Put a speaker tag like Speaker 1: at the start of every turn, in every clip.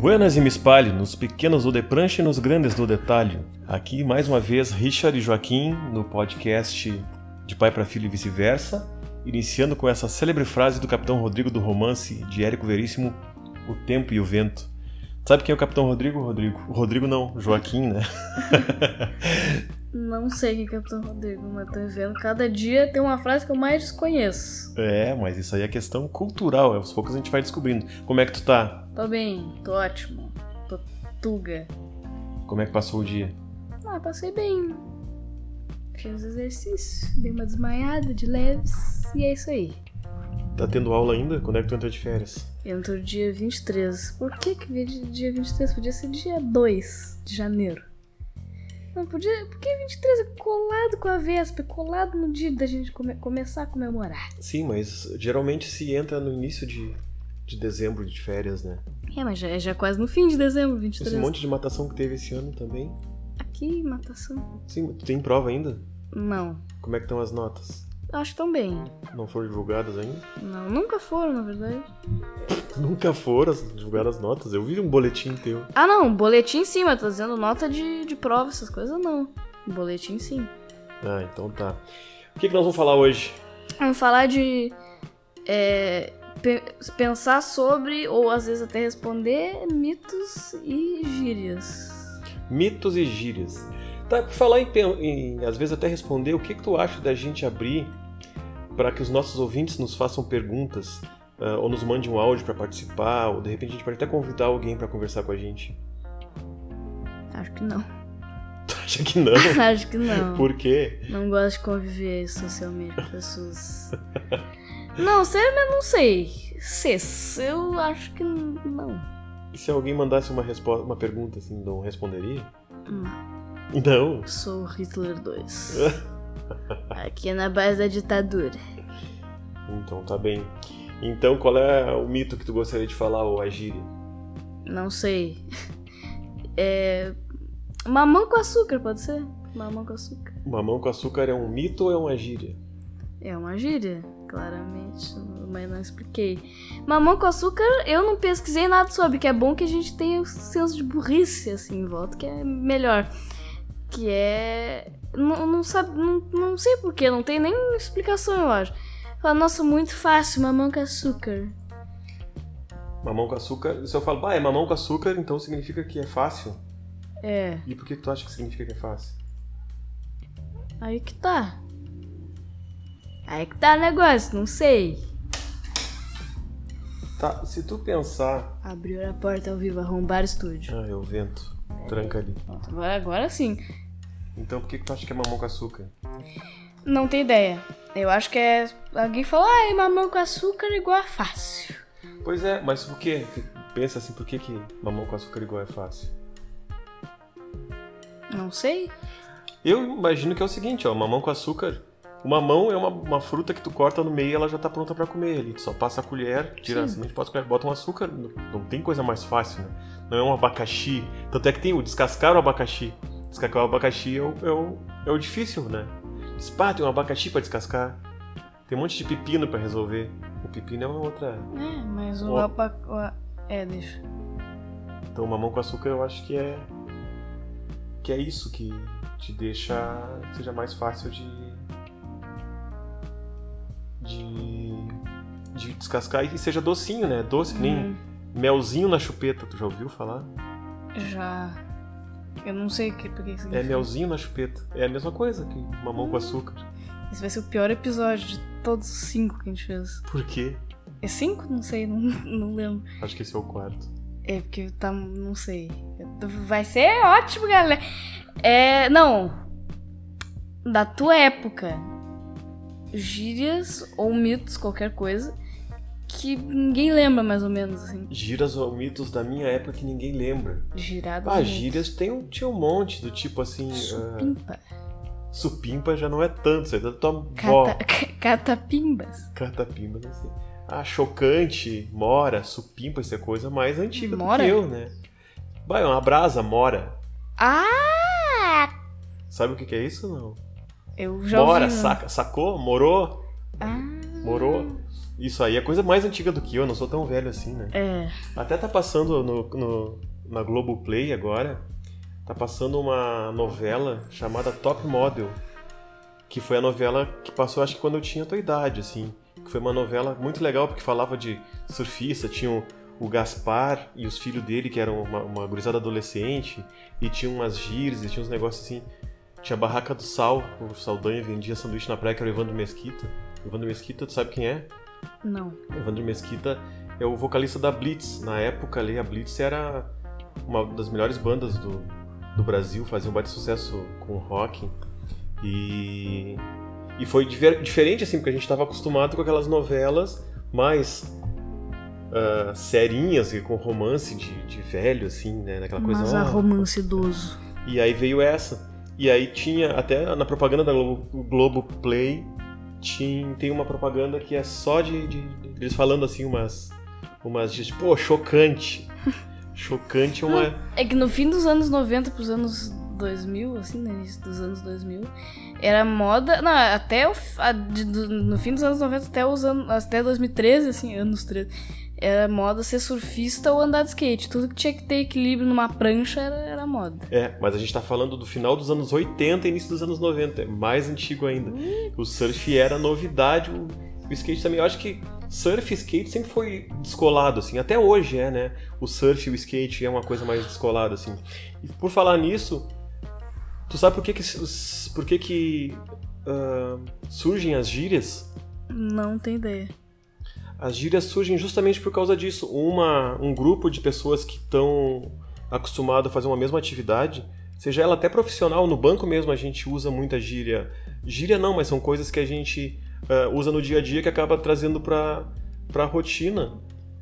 Speaker 1: Buenas e me espalhe, nos pequenos do depranche e nos grandes do detalhe. Aqui, mais uma vez, Richard e Joaquim, no podcast De Pai para Filho e Vice-Versa, iniciando com essa célebre frase do Capitão Rodrigo do romance de Érico Veríssimo, O Tempo e o Vento. Sabe quem é o Capitão Rodrigo? Rodrigo. O Rodrigo não, Joaquim, né?
Speaker 2: Não sei quem é Capitão Rodrigo, mas tô vendo. Cada dia tem uma frase que eu mais desconheço.
Speaker 1: É, mas isso aí é questão cultural, aos poucos a gente vai descobrindo. Como é que tu tá?
Speaker 2: Tô bem, tô ótimo. Tô tuga.
Speaker 1: Como é que passou o dia?
Speaker 2: Ah, passei bem. Fiz os exercícios, dei uma desmaiada de leves e é isso aí.
Speaker 1: Tá tendo aula ainda? Quando é que tu entra de férias?
Speaker 2: Entrou dia 23. Por que que veio de dia 23? Podia ser dia 2 de janeiro. Não podia. Por que 23 é colado com a Vespa? é Colado no dia da gente come- começar a comemorar.
Speaker 1: Sim, mas geralmente se entra no início de, de dezembro de férias, né?
Speaker 2: É, mas já é já é quase no fim de dezembro,
Speaker 1: Esse
Speaker 2: 23.
Speaker 1: monte de matação que teve esse ano também.
Speaker 2: Aqui, matação.
Speaker 1: Sim, tu tem prova ainda?
Speaker 2: Não.
Speaker 1: Como é que estão as notas?
Speaker 2: Acho que tão bem.
Speaker 1: Não foram divulgadas ainda?
Speaker 2: Não, nunca foram, na verdade.
Speaker 1: Nunca foram as- divulgadas as notas. Eu vi um boletim teu.
Speaker 2: Ah, não, boletim sim, mas tô dizendo nota de, de prova, essas coisas não. Boletim sim.
Speaker 1: Ah, então tá. O que, que nós vamos falar hoje?
Speaker 2: Vamos falar de. é, pe- pensar sobre, ou às vezes até responder, mitos e gírias.
Speaker 1: Mitos e gírias. Tá, por falar em, pen- em, às vezes até responder, o que, que tu acha da gente abrir para que os nossos ouvintes nos façam perguntas ah, ou nos mande um áudio para participar, ou de repente a gente pode até convidar alguém para conversar com a gente?
Speaker 2: Acho que não.
Speaker 1: Tu acha que não?
Speaker 2: Acho que não.
Speaker 1: Por quê?
Speaker 2: Não gosto de conviver socialmente com pessoas. Não, sério, mas não sei. Cês, eu acho que n- não.
Speaker 1: E se alguém mandasse uma resposta, uma pergunta assim, não responderia?
Speaker 2: Não.
Speaker 1: Não.
Speaker 2: Sou o Hitler 2. Aqui é na base da ditadura.
Speaker 1: Então tá bem. Então qual é o mito que tu gostaria de falar ou a gíria?
Speaker 2: Não sei. É. Mamão com açúcar, pode ser? Mamão com açúcar.
Speaker 1: Mamão com açúcar é um mito ou é uma gíria?
Speaker 2: É uma gíria, claramente. Mas não expliquei. Mamão com açúcar, eu não pesquisei nada sobre, que é bom que a gente tenha o senso de burrice assim em volta, que é melhor. Que é. Não, não sabe. Não, não sei porquê, não tem nem explicação, eu acho. Fala, nossa, muito fácil, mamão com açúcar.
Speaker 1: Mamão com açúcar, se eu falo, bah, é mamão com açúcar, então significa que é fácil?
Speaker 2: É.
Speaker 1: E por que que tu acha que significa que é fácil?
Speaker 2: Aí que tá. Aí que tá o negócio, não sei.
Speaker 1: Tá, se tu pensar.
Speaker 2: Abriu a porta ao vivo, arrombar o estúdio.
Speaker 1: Ah, é o vento. Tranca ali.
Speaker 2: Pronto, agora, agora sim.
Speaker 1: Então por que que tu acha que é mamão com açúcar?
Speaker 2: Não tem ideia. Eu acho que é. Alguém falou, ai, mamão com açúcar é igual a fácil.
Speaker 1: Pois é, mas por quê? Tu pensa assim, por que, que mamão com açúcar igual é fácil?
Speaker 2: Não sei.
Speaker 1: Eu imagino que é o seguinte, ó, mamão com açúcar. O mamão é uma, uma fruta que tu corta no meio e ela já tá pronta pra comer ali. Tu só passa a colher, tira a
Speaker 2: Sim.
Speaker 1: semente, passa a colher, bota um açúcar. Não não tem coisa mais fácil, né? Não é um abacaxi. Tanto é que tem o descascar o abacaxi. Descascar o abacaxi é o, é o, é o difícil, né? Diz, pá, tem um abacaxi pra descascar. Tem um monte de pepino pra resolver. O pepino é uma outra.
Speaker 2: É, mas
Speaker 1: o
Speaker 2: o.
Speaker 1: Ó.
Speaker 2: É, deixa.
Speaker 1: Então, mamão com açúcar eu acho que é. que é isso que te deixa. que seja mais fácil de. de. de descascar e seja docinho, né? Doce, que nem melzinho na chupeta, tu já ouviu falar?
Speaker 2: Já. Eu não sei o que, por que que
Speaker 1: É
Speaker 2: significa.
Speaker 1: melzinho na chupeta. É a mesma coisa que mamão com açúcar.
Speaker 2: Esse vai ser o pior episódio de todos os cinco que a gente fez.
Speaker 1: Por quê?
Speaker 2: É cinco? Não sei, não, não lembro.
Speaker 1: Acho que esse é o quarto.
Speaker 2: É, porque tá. Não sei. Vai ser ótimo, galera. É. Não. Da tua época. Gírias ou mitos, qualquer coisa. Que ninguém lembra, mais ou menos, assim.
Speaker 1: Giras ou mitos da minha época que ninguém lembra.
Speaker 2: Girado.
Speaker 1: Ah, gírias tem um, tinha um monte do tipo assim. ah,
Speaker 2: Supimpa.
Speaker 1: supimpa já não é tanto, isso é da tua avó.
Speaker 2: Cata, catapimbas.
Speaker 1: Catapimba, não sei. Ah, chocante, mora, supimpa, isso é coisa mais antiga
Speaker 2: Mora?
Speaker 1: do que eu, né? Vai, uma brasa, mora.
Speaker 2: Ah!
Speaker 1: Sabe o que que é isso, não?
Speaker 2: Eu já
Speaker 1: mora,
Speaker 2: ouvi. né?
Speaker 1: saca, sacou? Morou?
Speaker 2: Ah,
Speaker 1: Morou? Isso aí é coisa mais antiga do que eu, não sou tão velho assim, né?
Speaker 2: é.
Speaker 1: Até tá passando no, no, na Globoplay agora, tá passando uma novela chamada Top Model, que foi a novela que passou acho que quando eu tinha a tua idade, assim. Que foi uma novela muito legal, porque falava de surfista, tinha o, o Gaspar e os filhos dele, que eram uma, uma gurizada adolescente, e tinha umas gírias, e tinha uns negócios assim. Tinha a Barraca do Sal, o Saldanha vendia sanduíche na praia, que era o Evandro Mesquita. Evandro Mesquita, tu sabe quem é?
Speaker 2: Não.
Speaker 1: Evandro Mesquita é o vocalista da Blitz. Na época ali, a Blitz era uma das melhores bandas do, do Brasil, fazia um baita sucesso com rock. E, e foi diver- diferente, assim, porque a gente estava acostumado com aquelas novelas mais ah, serinhas e com romance de, de velho, assim, né? Daquela coisa.
Speaker 2: Mas
Speaker 1: "Ah,
Speaker 2: a romance idoso.
Speaker 1: e aí veio essa. E aí tinha, até na propaganda da Globo, Globo Play, tinha, tem uma propaganda que é só de, de- de- eles falando assim umas umas de pô, chocante. Chocante é uma
Speaker 2: É que no fim dos anos 90 pros anos 2000, assim, no início dos anos 2000, era moda. Não, até o, f- a- de- do- no fim dos anos 90 até, os anos, até 2013, assim, anos 13, era moda ser surfista ou andar de skate. Tudo que tinha que ter equilíbrio numa prancha era, era moda.
Speaker 1: é, mas a gente tá falando do final dos anos 80 e início dos anos 90, é mais antigo ainda. O surf era novidade, o, o skate também. Eu acho que surf e skate sempre foi descolado, assim. Até hoje é, né? O surf e o skate é uma coisa mais descolada, assim. E por falar nisso, tu sabe por que que, s- por que, que ah, surgem as gírias?
Speaker 2: Não tem ideia.
Speaker 1: As gírias surgem justamente por causa disso. Uma, um grupo de pessoas que estão acostumadas a fazer uma mesma atividade, seja ela até profissional, no banco mesmo a gente usa muita gíria. Gíria não, mas são coisas que a gente ah, usa no dia a dia que acaba trazendo para a rotina.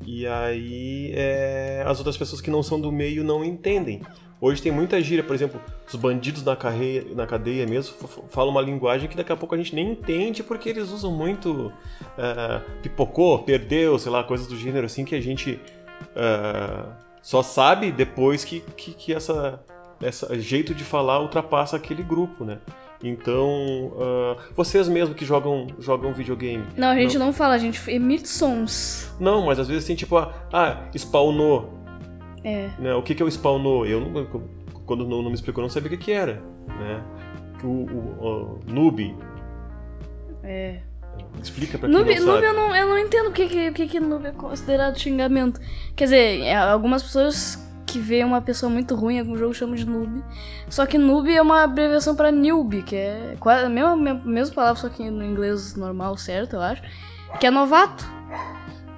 Speaker 1: E aí é, as outras pessoas que não são do meio não entendem. Hoje tem muita gíria, por exemplo, os bandidos na, carreia, na cadeia mesmo f- f- falam uma linguagem que daqui a pouco a gente nem entende porque eles usam muito ah, pipocou, perdeu, sei lá, coisas do gênero assim que a gente ah, só sabe depois que, que, que essa, essa jeito de falar ultrapassa aquele grupo, né? Então, ah, vocês mesmo que jogam, jogam videogame.
Speaker 2: Não, a gente não, fala, a gente emite sons.
Speaker 1: Não, mas às vezes assim, tipo, ah, ah spawnou.
Speaker 2: É.
Speaker 1: Né? O que, que é o spawnou? Eu, não, quando não, não me explicou, eu não sabia o que, que era. Né? O, o, o noob.
Speaker 2: É.
Speaker 1: Explica pra quem
Speaker 2: Noob,
Speaker 1: não
Speaker 2: noob
Speaker 1: sabe.
Speaker 2: eu, não, eu não entendo porque que, porque que noob é considerado xingamento. Quer dizer, é, algumas pessoas que veem uma pessoa muito ruim em algum jogo chamam de noob. Só que noob é uma abreviação pra newbie, que é quase a mesma, me- mesma palavra, só que no inglês normal, certo, eu acho. Que é novato.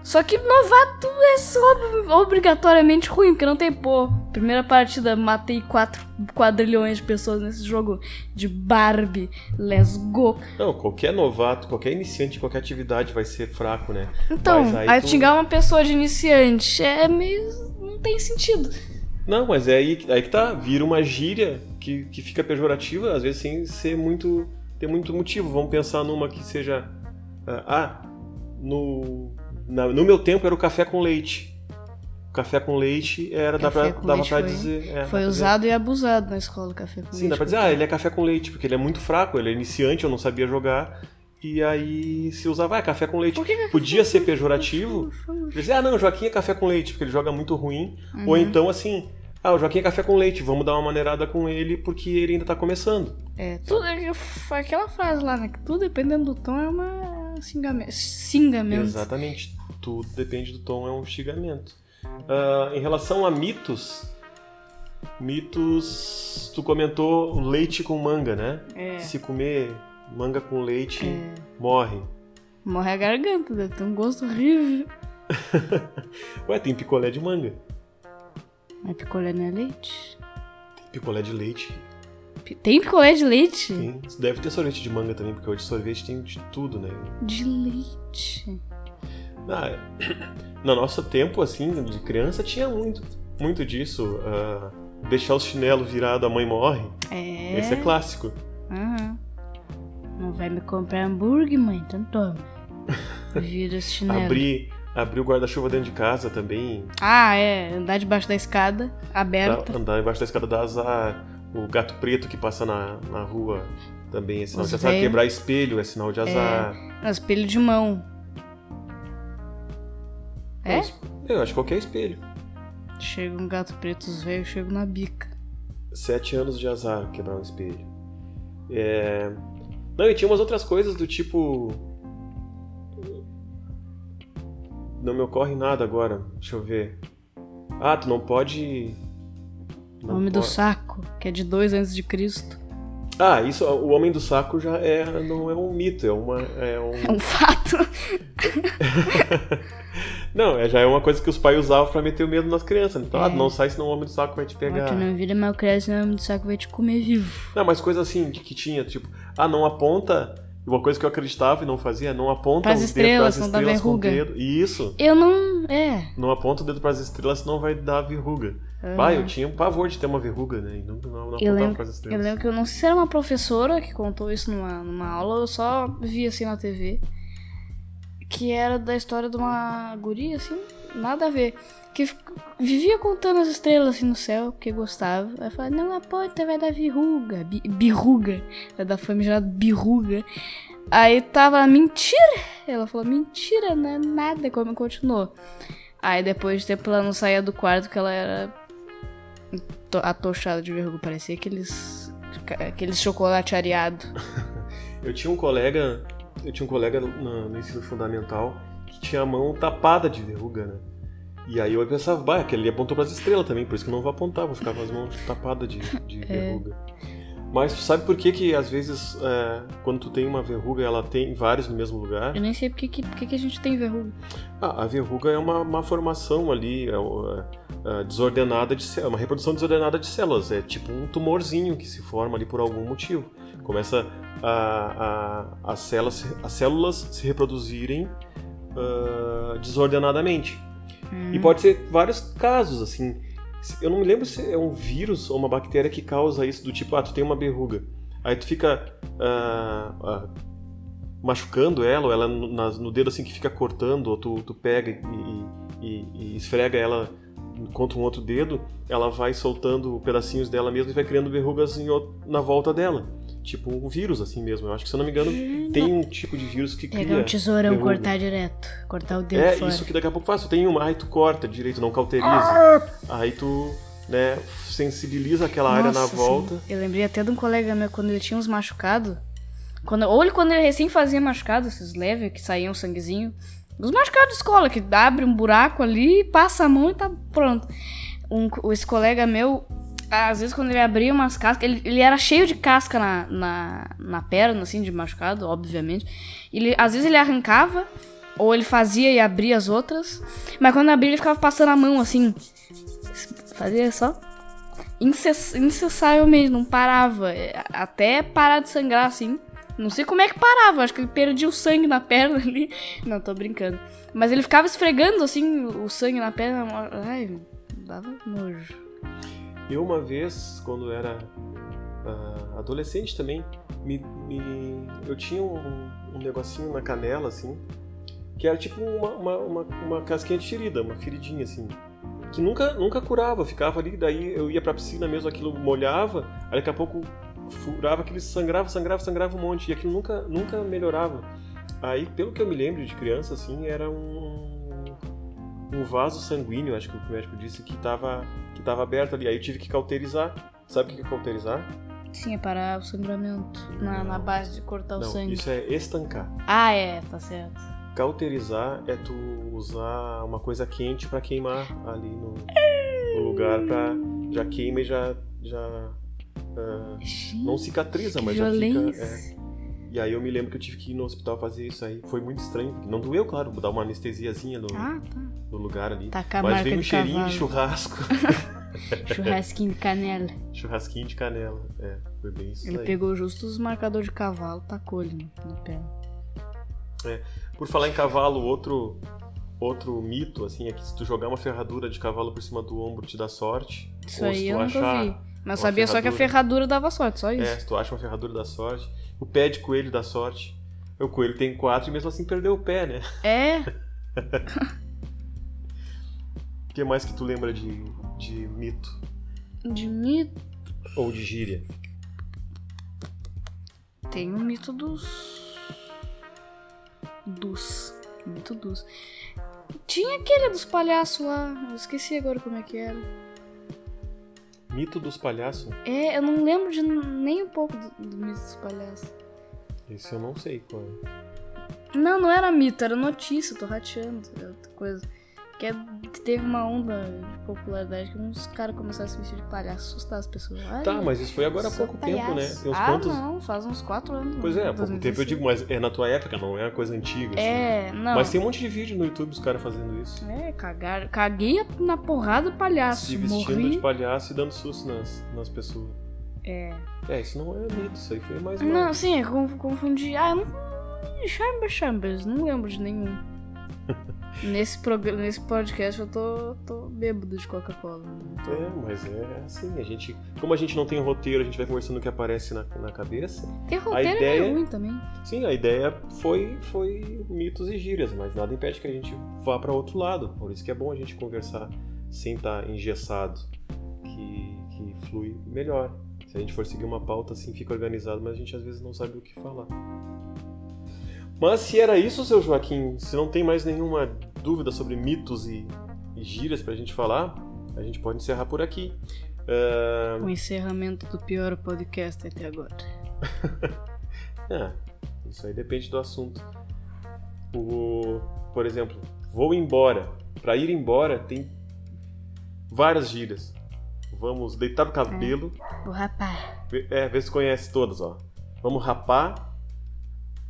Speaker 2: Só que novato é só ob- obrigatoriamente ruim, porque não tem pô. Primeira partida, matei 4 quadrilhões de pessoas nesse jogo de Barbie. Let's go.
Speaker 1: Não, qualquer novato, qualquer iniciante, qualquer atividade vai ser fraco, né? Mas
Speaker 2: Então, aí,
Speaker 1: tu-
Speaker 2: xingar uma pessoa de iniciante é meio. não tem sentido.
Speaker 1: Não, mas é aí, aí que tá, vira uma gíria que, que fica pejorativa, às vezes sem ser muito. ter muito motivo. Vamos pensar numa que seja. ah, ah, no. na- no meu tempo era o café com leite. Café com leite era, dá,
Speaker 2: Café
Speaker 1: pra,
Speaker 2: com
Speaker 1: dá
Speaker 2: leite
Speaker 1: vontade de
Speaker 2: foi-
Speaker 1: dizer. é,
Speaker 2: Foi
Speaker 1: dá pra dizer.
Speaker 2: usado né? e abusado na escola o café com
Speaker 1: Sim,
Speaker 2: leite.
Speaker 1: dá pra dizer, ah, ele é café com leite, porque ele é muito fraco, ele é iniciante, eu não sabia jogar. E aí se usava, ah, é café com leite.
Speaker 2: Por que que-
Speaker 1: Podia ser pejorativo,
Speaker 2: um-
Speaker 1: Dizer, ah, não, o Joaquim é café com leite, porque ele joga muito ruim. Ou então, assim, ah, o Joaquim é café com leite, vamos dar uma maneirada com ele, porque ele ainda tá começando.
Speaker 2: É, tudo, é que foi aquela frase lá, né? Que tudo dependendo do tom é uma. xingamento. Xingamento.
Speaker 1: Exatamente. Tudo depende do tom, é um xingamento. Ah, em relação a mitos, mitos. Tu comentou leite com manga, né?
Speaker 2: É.
Speaker 1: Se comer manga com leite, morre.
Speaker 2: Morre a garganta, deve ter um gosto horrível.
Speaker 1: Ué, tem picolé de manga.
Speaker 2: Mas picolé não é leite?
Speaker 1: Tem picolé de leite.
Speaker 2: Pi- Tem picolé de leite?
Speaker 1: Tem. Deve ter sorvete de manga também, porque hoje sorvete tem de tudo, né?
Speaker 2: De leite.
Speaker 1: Na, no nosso tempo, assim, de criança, tinha muito, muito disso. ah, deixar o chinelo virado, a mãe morre.
Speaker 2: É.
Speaker 1: Esse é clássico.
Speaker 2: Aham. Não vai me comprar hambúrguer, mãe? Então toma. Vira esse chinelo.
Speaker 1: Abrir, abrir o guarda-chuva dentro de casa também.
Speaker 2: Ah, é. Andar debaixo da escada,
Speaker 1: dar-
Speaker 2: aberta.
Speaker 1: andar embaixo da escada da azar. O gato preto que passa na, na rua Também é sinal
Speaker 2: Os
Speaker 1: de azar.
Speaker 2: velho-
Speaker 1: Quebrar espelho é sinal de azar.
Speaker 2: É um espelho de mão. É?
Speaker 1: Eu acho que qualquer espelho.
Speaker 2: Chega um gato preto, os velhos chegam na bica.
Speaker 1: Sete anos de azar quebrar um espelho. É... Não, e tinha umas outras coisas do tipo. Não me ocorre nada agora. Deixa eu ver. Ah, tu não pode. não
Speaker 2: Homem do
Speaker 1: pode-
Speaker 2: saco, que é de 2 antes de Cristo.
Speaker 1: Ah, isso, o homem do saco já é, não é um mito, é uma, é um
Speaker 2: É um fato.
Speaker 1: Não, é- já é uma coisa que os pais usavam pra meter o medo nas crianças. Então,
Speaker 2: É.
Speaker 1: ah, não sai senão o homem do saco vai te pegar.
Speaker 2: Tu não vira mal cresce, não, o homem do saco vai te comer vivo.
Speaker 1: Não, mas coisa assim de que tinha, tipo, ah, não aponta. Uma coisa que eu acreditava e não fazia, não aponta
Speaker 2: Pras
Speaker 1: os dedos
Speaker 2: estrelas, senão
Speaker 1: pras
Speaker 2: dá
Speaker 1: estrelas com o
Speaker 2: verruga.
Speaker 1: dedo. Isso,
Speaker 2: Eu não. É.
Speaker 1: não aponta o dedo pras estrelas, senão vai dar verruga.
Speaker 2: Ah.
Speaker 1: Pai, eu tinha um pavor de ter uma verruga, né? E não, não, não
Speaker 2: Eu
Speaker 1: apontava
Speaker 2: lembro,
Speaker 1: pras
Speaker 2: eu
Speaker 1: estrelas.
Speaker 2: lembro que eu não sei se era uma professora que contou isso numa, numa aula, eu só vi assim na TV. Que era da história de uma guria, assim, nada a ver. Que fic- vivia contando as estrelas assim no céu, porque gostava. Aí falava, não aponta, vai dar verruga, bi- birruga. Vai dar famigerada birruga. Aí tava, mentira! Ela falou, mentira, não é nada, como continuou. Aí depois de tempo ela não saía do quarto, que ela era to- atochada de verruga. Parecia aqueles. aqueles chocolate areado.
Speaker 1: Eu tinha um colega, eu tinha um colega no, no ensino fundamental que tinha a mão tapada de verruga, né? E aí eu pensava, bah, aquele ali apontou pras estrelas também, por isso que eu não vou apontar, vou ficar com as mãos tapadas de, de verruga. Mas tu sabe por que que às vezes é, quando tu tem uma verruga, ela tem vários no mesmo lugar?
Speaker 2: Eu nem sei porque que, porque que a gente tem verruga.
Speaker 1: Ah, a verruga é uma, uma formação ali é, o- é, é, desordenada de células, uma reprodução desordenada de células. É tipo um tumorzinho que se forma ali por algum motivo. Começa a, a- as, células, as células se reproduzirem ah, desordenadamente. E pode ser vários casos, assim. Se- Eu não me lembro se é um vírus ou uma bactéria que causa isso, do tipo, ah, tu tem uma verruga. Aí tu fica ah, ah, machucando ela, ou ela no, nas- no dedo assim que fica cortando, ou tu, tu pega e, e- e esfrega ela contra um outro dedo, ela vai soltando pedacinhos dela mesma e vai criando verrugas em out- na volta dela. Tipo um vírus, assim mesmo. Eu acho que, se eu não me engano, tem um tipo de vírus que
Speaker 2: Pegar
Speaker 1: cria.
Speaker 2: um tesourão,
Speaker 1: verruga.
Speaker 2: cortar direto. Cortar o dedo
Speaker 1: É,
Speaker 2: fora.
Speaker 1: isso que daqui a pouco faz. Tu tem uma, aí tu corta direito, não cauteriza. Aí tu, né, sensibiliza aquela área na
Speaker 2: Nossa,
Speaker 1: volta.
Speaker 2: assim, eu lembrei até de um colega meu quando ele tinha uns machucados. Quando, ou ele quando ele recém fazia machucado, esses leves, que saía um sanguezinho. Os machucados de escola, que abre um buraco ali, passa a mão e tá pronto. Um, co- esse colega meu, às vezes quando ele abria umas cascas, ele, ele era cheio de casca na, na, na perna, assim, de machucado, obviamente. Ele, às vezes ele arrancava, ou ele fazia e abria as outras. Mas quando abria, ele ficava passando a mão, assim. Fazia só incess incessavelmente, não parava. É, Até parar de sangrar, assim. Não sei como é que parava, acho que ele perdia o sangue na perna ali. Não, tô brincando. Mas ele ficava esfregando, assim, o sangue na perna. Ai, dava nojo.
Speaker 1: Eu uma vez, quando eu era ah, adolescente também, me, me- eu tinha um, um negocinho na canela, assim, que era tipo uma, uma, uma, uma casquinha de ferida, uma feridinha, assim, que nunca, nunca curava, ficava ali, daí eu ia pra piscina mesmo, aquilo molhava, aí daqui a pouco furava, aquilo sangrava, sangrava, sangrava um monte, e aquilo nunca, nunca melhorava. Aí, pelo que eu me lembro de criança, assim, era um, um vaso sanguíneo, acho que o médico disse, que tava, que tava aberto ali. Aí eu tive que cauterizar. Sabe o que é cauterizar?
Speaker 2: Sim, é parar o sangramento. Na, na base de cortar o
Speaker 1: Não,
Speaker 2: sangue.
Speaker 1: isso é estancar.
Speaker 2: Ah, é, tá certo.
Speaker 1: Cauterizar é tu usar uma coisa quente pra queimar ali no, no lugar pra. Já queima e já. já ah,
Speaker 2: Gente,
Speaker 1: não cicatriza,
Speaker 2: que
Speaker 1: mas já fica. é.
Speaker 2: violência.
Speaker 1: E aí eu me lembro que eu tive que ir no hospital fazer isso aí. Foi muito estranho. porque Não doeu, claro, dar uma anestesiazinha no,
Speaker 2: Ah, tá.
Speaker 1: no lugar ali.
Speaker 2: Tacar a
Speaker 1: mas
Speaker 2: marca
Speaker 1: veio um
Speaker 2: de
Speaker 1: cheirinho
Speaker 2: cavalo.
Speaker 1: de churrasco.
Speaker 2: Churrasquinho de canela.
Speaker 1: Churrasquinho de canela. É, foi bem isso
Speaker 2: Ele
Speaker 1: aí.
Speaker 2: pegou justo os marcadores de cavalo, tacou ele na- na perna.
Speaker 1: Por falar em cavalo, outro outro mito assim é que se tu jogar uma ferradura de cavalo por cima do ombro te dá sorte.
Speaker 2: Isso
Speaker 1: Ou se
Speaker 2: aí
Speaker 1: tu
Speaker 2: eu nunca
Speaker 1: achar-
Speaker 2: vi. Mas eu
Speaker 1: uma
Speaker 2: sabia só que a ferradura dava sorte, só
Speaker 1: É,
Speaker 2: isso.
Speaker 1: se tu acha uma ferradura dá sorte. O pé de coelho dá sorte. O coelho tem quatro e mesmo assim perdeu o pé, né?
Speaker 2: É.
Speaker 1: O que mais que tu lembra de, de mito
Speaker 2: De mito.
Speaker 1: ou de gíria?
Speaker 2: Tem o mito dos. Dos. Mito dos. Tinha aquele dos palhaços lá. Eu esqueci agora como é que era.
Speaker 1: Mito dos palhaços?
Speaker 2: É, eu não lembro de nem um pouco do, do mito dos palhaços.
Speaker 1: Esse eu não sei qual é.
Speaker 2: Não, não era mito, era notícia, tô rateando, é outra coisa. Que, é- que teve uma onda de popularidade que uns caras começaram a se vestir de palhaço, assustar as pessoas. Ai,
Speaker 1: Tá, mas isso foi agora há
Speaker 2: sou
Speaker 1: pouco tempo, né?
Speaker 2: palhaço.
Speaker 1: Tem uns
Speaker 2: ah,
Speaker 1: quantos.
Speaker 2: não, faz uns 4 anos.
Speaker 1: Pois é, há pouco tempo eu
Speaker 2: 2016.
Speaker 1: digo, mas é na tua época, não é uma coisa antiga. assim.
Speaker 2: É, não.
Speaker 1: Mas tem um monte de vídeo no YouTube os caras fazendo isso.
Speaker 2: É, cagar, caguei na porrada do palhaço.
Speaker 1: Se vestindo
Speaker 2: morri.
Speaker 1: de palhaço e dando susto nas, nas pessoas.
Speaker 2: É.
Speaker 1: É, isso não é mito, isso aí foi mais uma.
Speaker 2: Não, sim, eu conf- confundi. Ah, eu não. Chamber Chambers, não lembro de nenhum. nesse, prog... nesse podcast eu tô, tô bêbado de Coca-Cola. não tô-
Speaker 1: É, mas é assim, a gente. Como a gente não tem roteiro, a gente vai conversando o que aparece na, na cabeça.
Speaker 2: Tem roteiro é
Speaker 1: ideia-
Speaker 2: meio ruim também.
Speaker 1: Sim, a ideia foi, foi mitos e gírias, mas nada impede que a gente vá para outro lado. Por isso que é bom a gente conversar sem estar engessado, que, que flui melhor. Se a gente for seguir uma pauta assim, fica organizado, mas a gente às vezes não sabe o que falar. Mas se era isso, seu Joaquim, se não tem mais nenhuma dúvida sobre mitos e, e gírias para a gente falar, a gente pode encerrar por aqui. Ah,
Speaker 2: O encerramento do pior podcast até agora.
Speaker 1: É, isso aí depende do assunto. O, por exemplo, vou embora. Pra ir embora tem várias gírias. Vamos deitar o cabelo.
Speaker 2: O rapaz.
Speaker 1: Vê- É, vê se conhece todas, ó. Vamos rapar.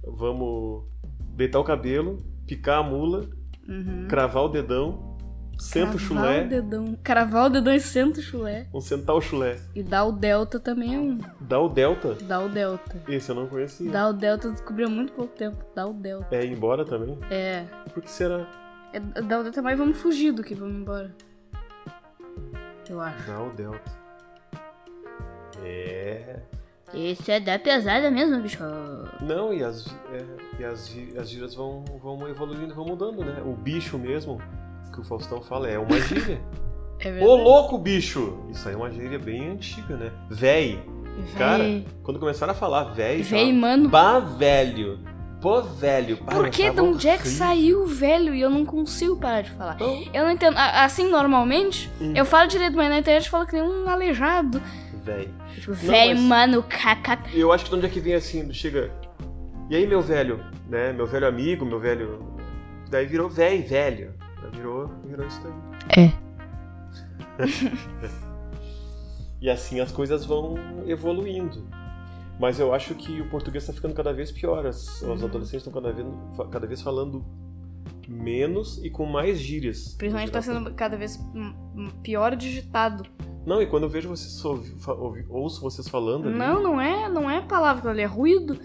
Speaker 1: Vamos deitar o cabelo, picar a mula,
Speaker 2: Uhum.
Speaker 1: cravar o dedão, senta o
Speaker 2: Cravar o
Speaker 1: chulé,
Speaker 2: dedão. Cravar o dedão e senta o chulé.
Speaker 1: vamos sentar o chulé.
Speaker 2: E dar o delta também é um.
Speaker 1: Dá o delta.
Speaker 2: Dá o delta.
Speaker 1: Esse eu não conhecia.
Speaker 2: Dá o delta eu descobri há muito pouco tempo. Dá o delta.
Speaker 1: É ir embora também?
Speaker 2: É.
Speaker 1: Por que será?
Speaker 2: É, dá o delta mais vamos fugir do que vamos embora. Eu acho.
Speaker 1: Dá o delta. É.
Speaker 2: Isso é da pesada mesmo, bicho.
Speaker 1: Não, e as, é, e as, gí- as gírias vão, vão evoluindo, vão mudando, né? O bicho mesmo, que o Faustão fala, é uma gíria.
Speaker 2: É verdade.
Speaker 1: Ô louco, bicho! Isso aí é uma gíria bem antiga, né? Véi.
Speaker 2: Véi.
Speaker 1: Cara, quando começaram a falar véi,
Speaker 2: Véi,
Speaker 1: fala,
Speaker 2: mano.
Speaker 1: Bah, velho. Pô, velho. Bah,
Speaker 2: Por
Speaker 1: mas
Speaker 2: que
Speaker 1: tava
Speaker 2: Don Jack
Speaker 1: horrível.
Speaker 2: saiu velho e eu não consigo parar de falar?
Speaker 1: Então,
Speaker 2: Eu não entendo. A- Assim, normalmente,
Speaker 1: Hum.
Speaker 2: eu falo direito, mas na internet eu falo que nem um aleijado.
Speaker 1: Véi.
Speaker 2: Tipo, véi,
Speaker 1: mas-
Speaker 2: mano, caca.
Speaker 1: E eu acho que de onde é que vem assim, chega. E aí, meu velho, né? Meu velho amigo, meu velho. Daí virou véi, velho. né, Virou, virou isso daí.
Speaker 2: É.
Speaker 1: E assim as coisas vão evoluindo. Mas eu acho que o português está ficando cada vez pior. As- Os
Speaker 2: Uhum.
Speaker 1: adolescentes estão cada vez, fa- cada vez falando menos e com mais gírias.
Speaker 2: Principalmente tá sendo cada vez hum, hum, pior digitado.
Speaker 1: Não, e quando eu vejo vocês ouvi- fa- ouvi- ouço vocês falando ali,
Speaker 2: Não, não é, não é palavra, aquilo ali é ruído.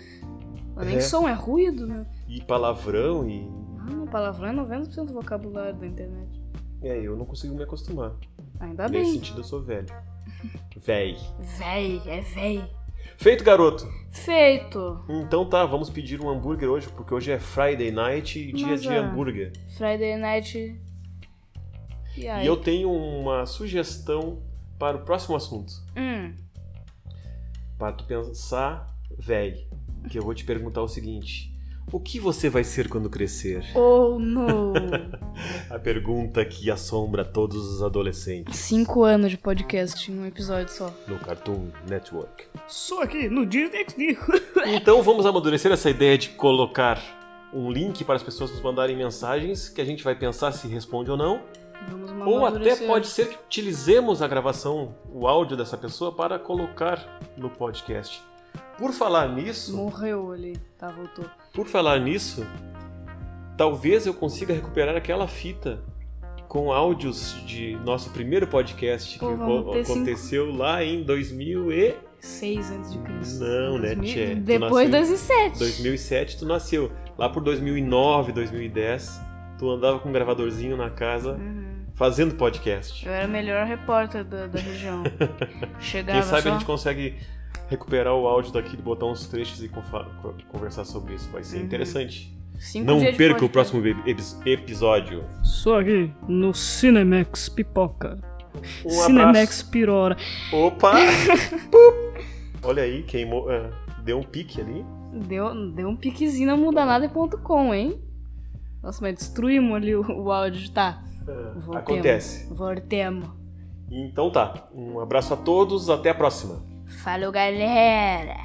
Speaker 2: Não é nem
Speaker 1: É.
Speaker 2: som, é ruído, né?
Speaker 1: e palavrão e.
Speaker 2: Ah, não, palavrão é 90% do vocabulário da internet.
Speaker 1: É, eu não consigo me acostumar.
Speaker 2: Ainda
Speaker 1: Nesse
Speaker 2: Tá bem.
Speaker 1: sentido eu sou velho. Véi.
Speaker 2: Véi, é véi.
Speaker 1: Feito, garoto!
Speaker 2: Feito.
Speaker 1: Então tá, vamos pedir um hambúrguer hoje, porque hoje é Friday night e dia
Speaker 2: Mas
Speaker 1: de
Speaker 2: é.
Speaker 1: hambúrguer.
Speaker 2: Friday night. E Tá aí?
Speaker 1: E eu tenho uma sugestão para o próximo assunto.
Speaker 2: Hum,
Speaker 1: Para tu pensar, véi, que eu vou te perguntar o seguinte: o que você vai ser quando crescer?
Speaker 2: Oh, no.
Speaker 1: A pergunta que assombra todos os adolescentes
Speaker 2: Cinco anos de podcast em um episódio só.
Speaker 1: no Cartoon Network.
Speaker 2: Só aqui no Disney XD.
Speaker 1: Então vamos amadurecer essa ideia de colocar um link para as pessoas nos mandarem mensagens que a gente vai pensar se responde ou não,
Speaker 2: Vamos
Speaker 1: ou até
Speaker 2: amadurecer.
Speaker 1: pode ser que utilizemos a gravação, o áudio dessa pessoa para colocar no podcast. Por falar nisso,
Speaker 2: Morreu ali. Tá, voltou.
Speaker 1: Por falar nisso, talvez eu consiga recuperar aquela fita com áudios de nosso primeiro podcast que
Speaker 2: Pô, vamos
Speaker 1: co-
Speaker 2: ter cinco.
Speaker 1: aconteceu lá em 2000 e...
Speaker 2: Seis antes de Cristo.
Speaker 1: Não, né, tchê? Tu
Speaker 2: Depois de
Speaker 1: nasceu em
Speaker 2: 2007.
Speaker 1: 2007. Tu nasceu. Lá por 2009, 2010, tu andava com um gravadorzinho na casa
Speaker 2: Uhum.
Speaker 1: fazendo podcast.
Speaker 2: Eu era a melhor repórter da, da região. Chegava
Speaker 1: Quem sabe
Speaker 2: só...
Speaker 1: a gente consegue recuperar o áudio daqui, botar uns trechos e confa- co- conversar sobre isso. Vai ser
Speaker 2: Uhum.
Speaker 1: interessante.
Speaker 2: Cinco
Speaker 1: Não
Speaker 2: dias de
Speaker 1: perca o
Speaker 2: podcast.
Speaker 1: próximo e- epi- episódio.
Speaker 3: Só aqui no Cinemex Pipoca.
Speaker 1: Um
Speaker 3: Cinemex Pirora.
Speaker 1: Opa! Pup. Olha aí, queimou. ah, deu um pique ali.
Speaker 2: Deu, deu um piquezinho não muda nada.com, hein? Nossa, mas destruímos ali o, o áudio, tá? Voltemos.
Speaker 1: Ah, Acontece.
Speaker 2: Voltemos.
Speaker 1: Então tá. Um abraço a todos, até a próxima.
Speaker 2: Falou, galera!